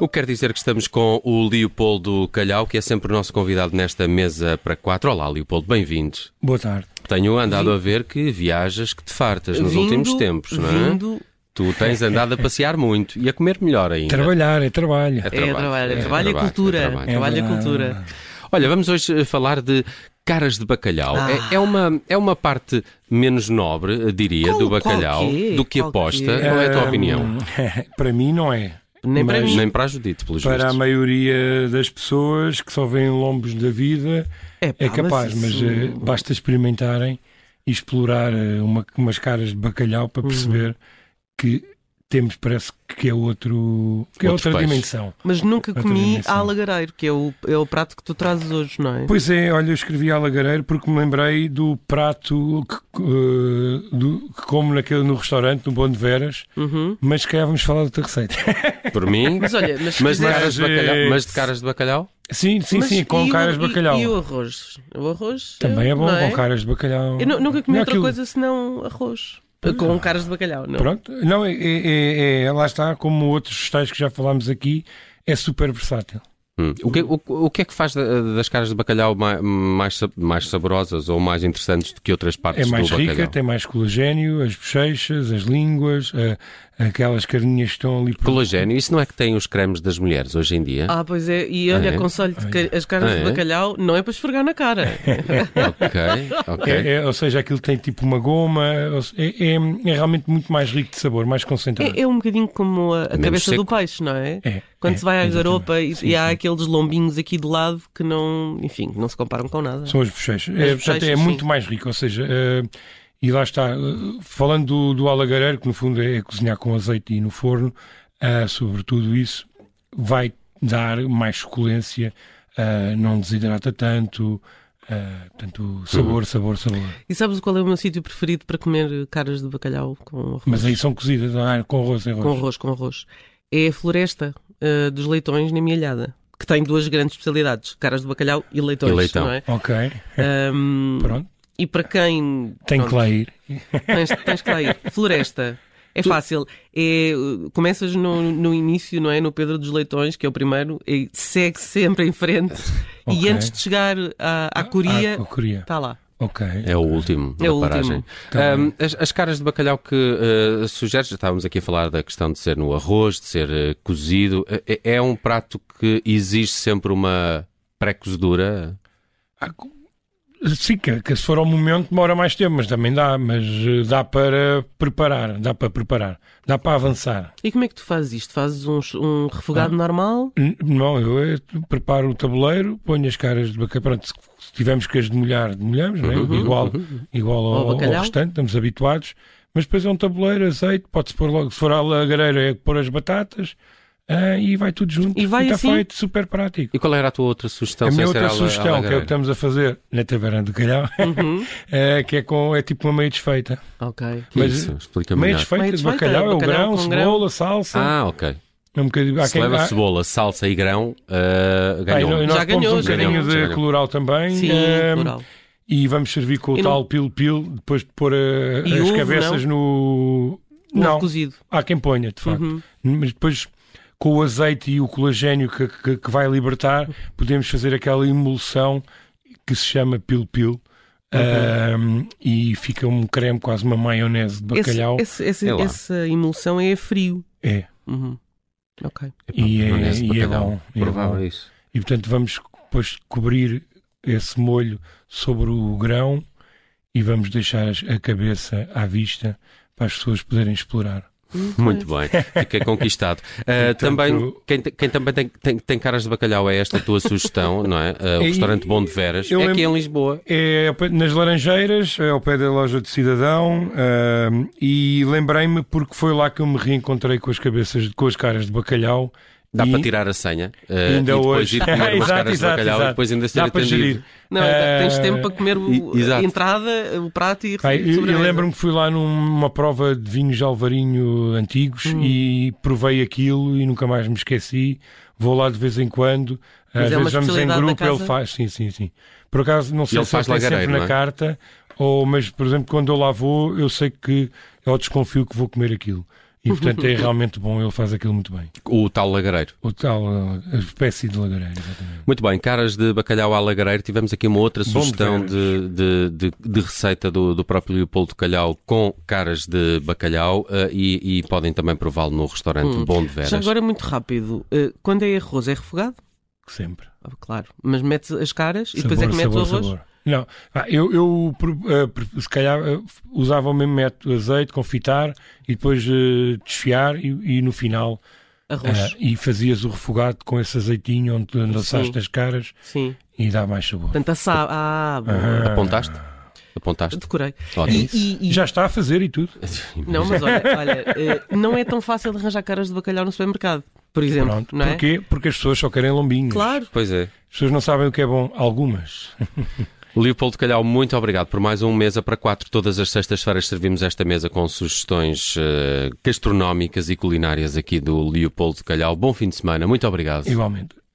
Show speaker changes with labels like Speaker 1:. Speaker 1: O que quer dizer que estamos com o Leopoldo Calhau, que é sempre o nosso convidado nesta mesa para quatro. Olá, Leopoldo, bem-vindo.
Speaker 2: Boa tarde.
Speaker 1: Tenho andado a ver que viajas que te fartas nos
Speaker 3: Vindo-
Speaker 1: últimos tempos, não é?
Speaker 3: Vindo
Speaker 1: Tu tens andado a passear muito e a comer melhor ainda.
Speaker 2: Trabalhar, é trabalho.
Speaker 1: É
Speaker 3: é trabalho, é trabalho e cultura.
Speaker 1: trabalho.
Speaker 3: Trabalho e
Speaker 2: É verdade, é
Speaker 3: cultura.
Speaker 2: verdade.
Speaker 1: Olha, vamos hoje eh, falar de caras de bacalhau. É, é uma, é uma parte menos nobre, eh, diria,
Speaker 3: Qual-
Speaker 1: do bacalhau
Speaker 3: qual que é?
Speaker 1: do que
Speaker 3: Qual
Speaker 1: aposta.
Speaker 3: que é?
Speaker 1: Qual é a tua
Speaker 2: Hum,
Speaker 1: opinião?
Speaker 2: para mim não é.
Speaker 3: Nem para
Speaker 2: Mas
Speaker 3: mim.
Speaker 1: Nem para a Judite, pelos
Speaker 2: Para a
Speaker 1: vistos.
Speaker 2: maioria das pessoas que só veem lombos da vida
Speaker 3: pá,
Speaker 2: é capaz, mas,
Speaker 3: Ah, isso-
Speaker 2: eh, basta experimentarem e explorar eh, uma- umas caras de bacalhau
Speaker 1: Uhum.
Speaker 2: para perceber que temos, parece que é outro que é
Speaker 1: Outro
Speaker 2: outra
Speaker 1: peixe.
Speaker 2: dimensão.
Speaker 3: Mas nunca
Speaker 2: Outra
Speaker 3: comi
Speaker 2: dimensão.
Speaker 3: alagareiro, que é o, é o prato que tu trazes hoje, não é?
Speaker 2: assim. Pois é, olha, eu escrevi a lagareiro porque me lembrei do prato que, eh, do- que como naquele, no restaurante, no Bom de Veras,
Speaker 1: Hum.
Speaker 3: Uhum.
Speaker 2: mas se calhar vamos falar de outra receita.
Speaker 1: Por mim.
Speaker 3: Mas olha, mas, se
Speaker 1: Mas de,
Speaker 3: quiser-
Speaker 1: caras de
Speaker 2: Mas, eh,
Speaker 1: bacalhau, mas de caras de bacalhau?
Speaker 2: Sim, sim,
Speaker 3: mas
Speaker 2: sim, com
Speaker 3: e o-
Speaker 2: caras de
Speaker 3: e-
Speaker 2: bacalhau.
Speaker 3: E, o arroz? O arroz
Speaker 2: Também é bom
Speaker 3: não
Speaker 2: com caras de bacalhau.
Speaker 3: Eu nu- nunca comi
Speaker 2: Não, é
Speaker 3: outra
Speaker 2: aquilo- é.
Speaker 3: coisa senão arroz. Com caras de bacalhau, não.
Speaker 2: Pronto, não, é, é- é- é- lá está, como outros vegetais que já falámos aqui, é super versátil.
Speaker 1: Hum. O, que, o, o que é que faz da- das caras de bacalhau ma- mais, sab- mais saborosas ou mais interessantes do que outras
Speaker 2: É
Speaker 1: partes
Speaker 2: mais
Speaker 1: do
Speaker 2: rica,
Speaker 1: bacalhau?
Speaker 2: tem mais colagênio, as bochechas, as línguas, a- aquelas carninhas que estão ali. por-
Speaker 1: Colagênio, isso não é que tem os cremes das mulheres hoje em dia?
Speaker 3: Ah, pois é, e olha,
Speaker 1: Ah, é?
Speaker 3: aconselho-te que as caras
Speaker 1: Ah, é?
Speaker 3: de bacalhau não é para esfregar na cara.
Speaker 1: Ok, ok.
Speaker 2: É- é- ou seja, aquilo tem tipo uma goma, ou se- é, é- é realmente muito mais rico de sabor, mais concentrado.
Speaker 3: É, é um bocadinho como a, a
Speaker 1: Menos
Speaker 3: cabeça
Speaker 1: seco.
Speaker 3: do peixe, não é?
Speaker 2: É,
Speaker 3: Quando
Speaker 2: é,
Speaker 3: se vai à
Speaker 2: exatamente.
Speaker 3: garopa e,
Speaker 2: Sim,
Speaker 3: e há
Speaker 2: sim.
Speaker 3: aqueles lombinhos aqui de lado que não, enfim, que não se comparam com nada.
Speaker 2: São as bochechas. É, portanto, é
Speaker 3: bochechas,
Speaker 2: muito
Speaker 3: sim.
Speaker 2: mais rico. Ou seja, eh, e lá está, eh, falando do, do alagareiro, que no fundo é cozinhar com azeite e no forno, ah, sobretudo isso, vai dar mais suculência, ah, não desidrata tanto. ah, portanto,
Speaker 3: Uhum.
Speaker 2: sabor, sabor, sabor.
Speaker 3: E sabes qual é o meu sítio preferido para comer caras de bacalhau com arroz?
Speaker 2: Mas aí são cozidas ah, com arroz em
Speaker 3: Com
Speaker 2: arroz.
Speaker 3: arroz, com arroz. É a floresta eh, dos leitões na mielhada, que tem duas grandes especialidades, caras de bacalhau e leitões,
Speaker 1: E leitão.
Speaker 3: não é?
Speaker 2: Ok,
Speaker 3: Ahm,
Speaker 2: pronto.
Speaker 3: e para quem
Speaker 2: Tem que
Speaker 3: pronto,
Speaker 2: lá ir.
Speaker 3: Tens, tens que lá ir. Floresta. É fácil. É, uh, começas no, no início, não é? No Pedro dos Leitões, que é o primeiro, e segue sempre em frente.
Speaker 2: Ok.
Speaker 3: E antes de chegar à, à Coria,
Speaker 2: Ah, Coria.
Speaker 3: está lá.
Speaker 2: Ok.
Speaker 1: É o último
Speaker 3: É
Speaker 1: da
Speaker 3: o último.
Speaker 1: paragem.
Speaker 2: Tá
Speaker 1: Ahm, as, as caras de bacalhau que eh, sugeres, já estávamos aqui a falar da questão de ser no arroz, de ser eh, cozido. É, é um prato que exige sempre uma pré-cozedura?
Speaker 2: Há co- Ah, Sim, que, que se for ao momento demora mais tempo, mas também dá, mas eh, dá para preparar, dá para preparar, dá para avançar.
Speaker 3: E como é que tu fazes isto? Fazes um, um
Speaker 2: Ah.
Speaker 3: refogado normal?
Speaker 2: N- Não, eu eh, preparo o tabuleiro, ponho as caras de bacalhau, pronto, se- se tivermos que as demolhar, demolhamos, não é? igual, igual ao,
Speaker 3: Ao
Speaker 2: ao
Speaker 3: bacalhau?
Speaker 2: restante, estamos habituados, mas depois é um tabuleiro, azeite, pode-se pôr logo, se for à lagareira é pôr as batatas ah, e vai tudo junto.
Speaker 3: E vai
Speaker 2: está
Speaker 3: assim?
Speaker 2: feito, super prático.
Speaker 1: E qual era a tua outra sugestão?
Speaker 2: a
Speaker 1: Então, sem
Speaker 2: minha
Speaker 1: ser
Speaker 2: outra
Speaker 1: la-
Speaker 2: sugestão, que é o
Speaker 1: alagareiro?
Speaker 2: que estamos a fazer na taberna de Calhau,
Speaker 3: Uhum.
Speaker 2: é, que é, com, é tipo uma meia desfeita.
Speaker 3: Ok.
Speaker 1: Que
Speaker 2: Mas-
Speaker 1: Isso, explica-me
Speaker 2: Meia
Speaker 1: melhor.
Speaker 2: desfeita
Speaker 3: Meia
Speaker 2: de
Speaker 3: desfeita,
Speaker 2: bacalhau é o
Speaker 3: bacalhau
Speaker 2: grão,
Speaker 3: com grão.
Speaker 2: cebola, salsa.
Speaker 1: Ah, ok.
Speaker 2: é um bocadinho. há
Speaker 1: Se
Speaker 2: quem-
Speaker 1: leva
Speaker 2: há-
Speaker 1: cebola, salsa e grão, eh,
Speaker 2: Ah, e
Speaker 1: ganhou.
Speaker 2: nós pomos
Speaker 3: Já ganhou,
Speaker 2: um
Speaker 3: já
Speaker 2: bocadinho
Speaker 1: ganhou, já
Speaker 2: de
Speaker 1: ganhou.
Speaker 2: coloral também.
Speaker 3: Sim, um
Speaker 2: ehm,
Speaker 3: plural.
Speaker 2: e vamos servir com o
Speaker 3: E não-
Speaker 2: tal pil-pil, depois de pôr eh,
Speaker 3: E
Speaker 2: as
Speaker 3: ovo,
Speaker 2: cabeças no.
Speaker 3: Um Ovo
Speaker 2: Não,
Speaker 3: cozido. Uhum.
Speaker 2: há quem ponha, de facto. Mas depois, com o azeite e o colagênio que, que, que vai libertar, podemos fazer aquela emulsão que se chama pil-pil. ehm, e fica um creme, quase uma maionese de
Speaker 3: Esse-
Speaker 2: bacalhau.
Speaker 3: esse- esse-
Speaker 1: É lá.
Speaker 3: essa emulsão é a frio.
Speaker 2: É.
Speaker 3: Uhum. Ok.
Speaker 2: E é-
Speaker 1: Maionese de
Speaker 2: e é
Speaker 1: bacalhau.
Speaker 2: bom, e é
Speaker 1: Provar
Speaker 2: bom.
Speaker 1: isso.
Speaker 2: E portanto vamos depois cobrir esse molho sobre o grão e vamos deixar as- a cabeça à vista para as pessoas poderem explorar.
Speaker 1: Muito bem, fiquei é conquistado. Ah, também, quem, te- quem também tem, tem- tem caras de bacalhau é esta tua sugestão, não é? Ah, o
Speaker 2: E-
Speaker 1: restaurante Bom de Veras. É
Speaker 2: eu
Speaker 1: aqui
Speaker 2: lembro-
Speaker 1: em Lisboa.
Speaker 2: É ao pé- nas Laranjeiras, é ao pé da loja de Cidadão, ahm, e lembrei-me porque foi lá que eu me reencontrei com as cabeças, com as caras de bacalhau.
Speaker 1: Dá
Speaker 2: e
Speaker 1: para tirar a senha ah,
Speaker 2: ainda
Speaker 1: e depois
Speaker 2: hoje.
Speaker 1: ir comer umas
Speaker 2: Exato,
Speaker 1: caras de
Speaker 2: exato,
Speaker 1: bacalhau e
Speaker 2: exato.
Speaker 1: depois ainda ser
Speaker 2: Dá para
Speaker 1: atendido.
Speaker 2: gerir.
Speaker 3: Não,
Speaker 2: Ah,
Speaker 3: tens tempo para comer o-
Speaker 1: e- exato.
Speaker 3: a entrada, o prato e a
Speaker 2: Pá, eu, eu
Speaker 3: sobremesa.
Speaker 2: lembro-me que fui lá numa prova de vinhos de Alvarinho antigos
Speaker 3: Hum.
Speaker 2: e provei aquilo e nunca mais me esqueci. Vou lá de vez em quando.
Speaker 3: Mas
Speaker 2: Às
Speaker 3: é uma
Speaker 2: vezes vamos em
Speaker 3: especialidade da
Speaker 2: grupo, ele
Speaker 3: casa?
Speaker 2: faz. Sim, sim, sim. Por acaso, não sei
Speaker 1: ele
Speaker 2: se
Speaker 1: faz
Speaker 2: ele tem sempre
Speaker 1: lagareiro, não
Speaker 2: na
Speaker 1: é?
Speaker 2: carta, ou, mas, por exemplo, quando eu lá vou, eu sei que, eu desconfio que vou comer aquilo. E portanto é realmente bom, ele faz aquilo muito bem.
Speaker 1: O tal lagareiro.
Speaker 2: O tal, a espécie de lagareiro, exatamente.
Speaker 1: Muito bem, caras de bacalhau à lagareiro, tivemos aqui uma outra
Speaker 2: Bom
Speaker 1: sugestão
Speaker 2: de
Speaker 1: de, de, de- de receita do, do próprio Leopoldo Calhau com caras de bacalhau eh, e, e podem também prová-lo no restaurante
Speaker 3: Hum.
Speaker 1: Bom de Veras.
Speaker 3: Já agora, muito rápido. eh, Quando é arroz, é refogado?
Speaker 2: Sempre.
Speaker 3: Ah, Claro. Mas metes as caras e depois é que metes o
Speaker 2: sabor,
Speaker 3: arroz?
Speaker 2: sabor. Não, ah, eu, eu pre- ah, pre- se calhar ah, f- usava o mesmo método, azeite, confitar e depois ah, desfiar e, e no final
Speaker 3: Arroz.
Speaker 2: ah, e fazias o refogado com esse azeitinho onde tu enlaçaste
Speaker 3: Sim.
Speaker 2: as caras
Speaker 3: Sim.
Speaker 2: e dá mais sabor.
Speaker 3: Portanto, assado. Ah, bom.
Speaker 2: Aham. É
Speaker 1: Apontaste? Apontaste?
Speaker 3: Decorei.
Speaker 1: Ótimo.
Speaker 3: E, e-
Speaker 2: Já está a fazer e tudo.
Speaker 3: Não, mas olha, olha, eh, não é tão fácil de arranjar caras de bacalhau no supermercado, por exemplo.
Speaker 2: Pronto.
Speaker 3: não é?
Speaker 2: Porquê? Porque as pessoas só querem lombinhos.
Speaker 3: Claro.
Speaker 1: Pois é.
Speaker 2: As pessoas não sabem o que é bom. Algumas.
Speaker 1: Leopoldo Calhau, muito obrigado por mais um Mesa para Quatro. Todas as sextas-feiras servimos esta mesa com sugestões eh, gastronómicas e culinárias aqui do Leopoldo Calhau. Bom fim de semana, muito obrigado.
Speaker 2: Igualmente.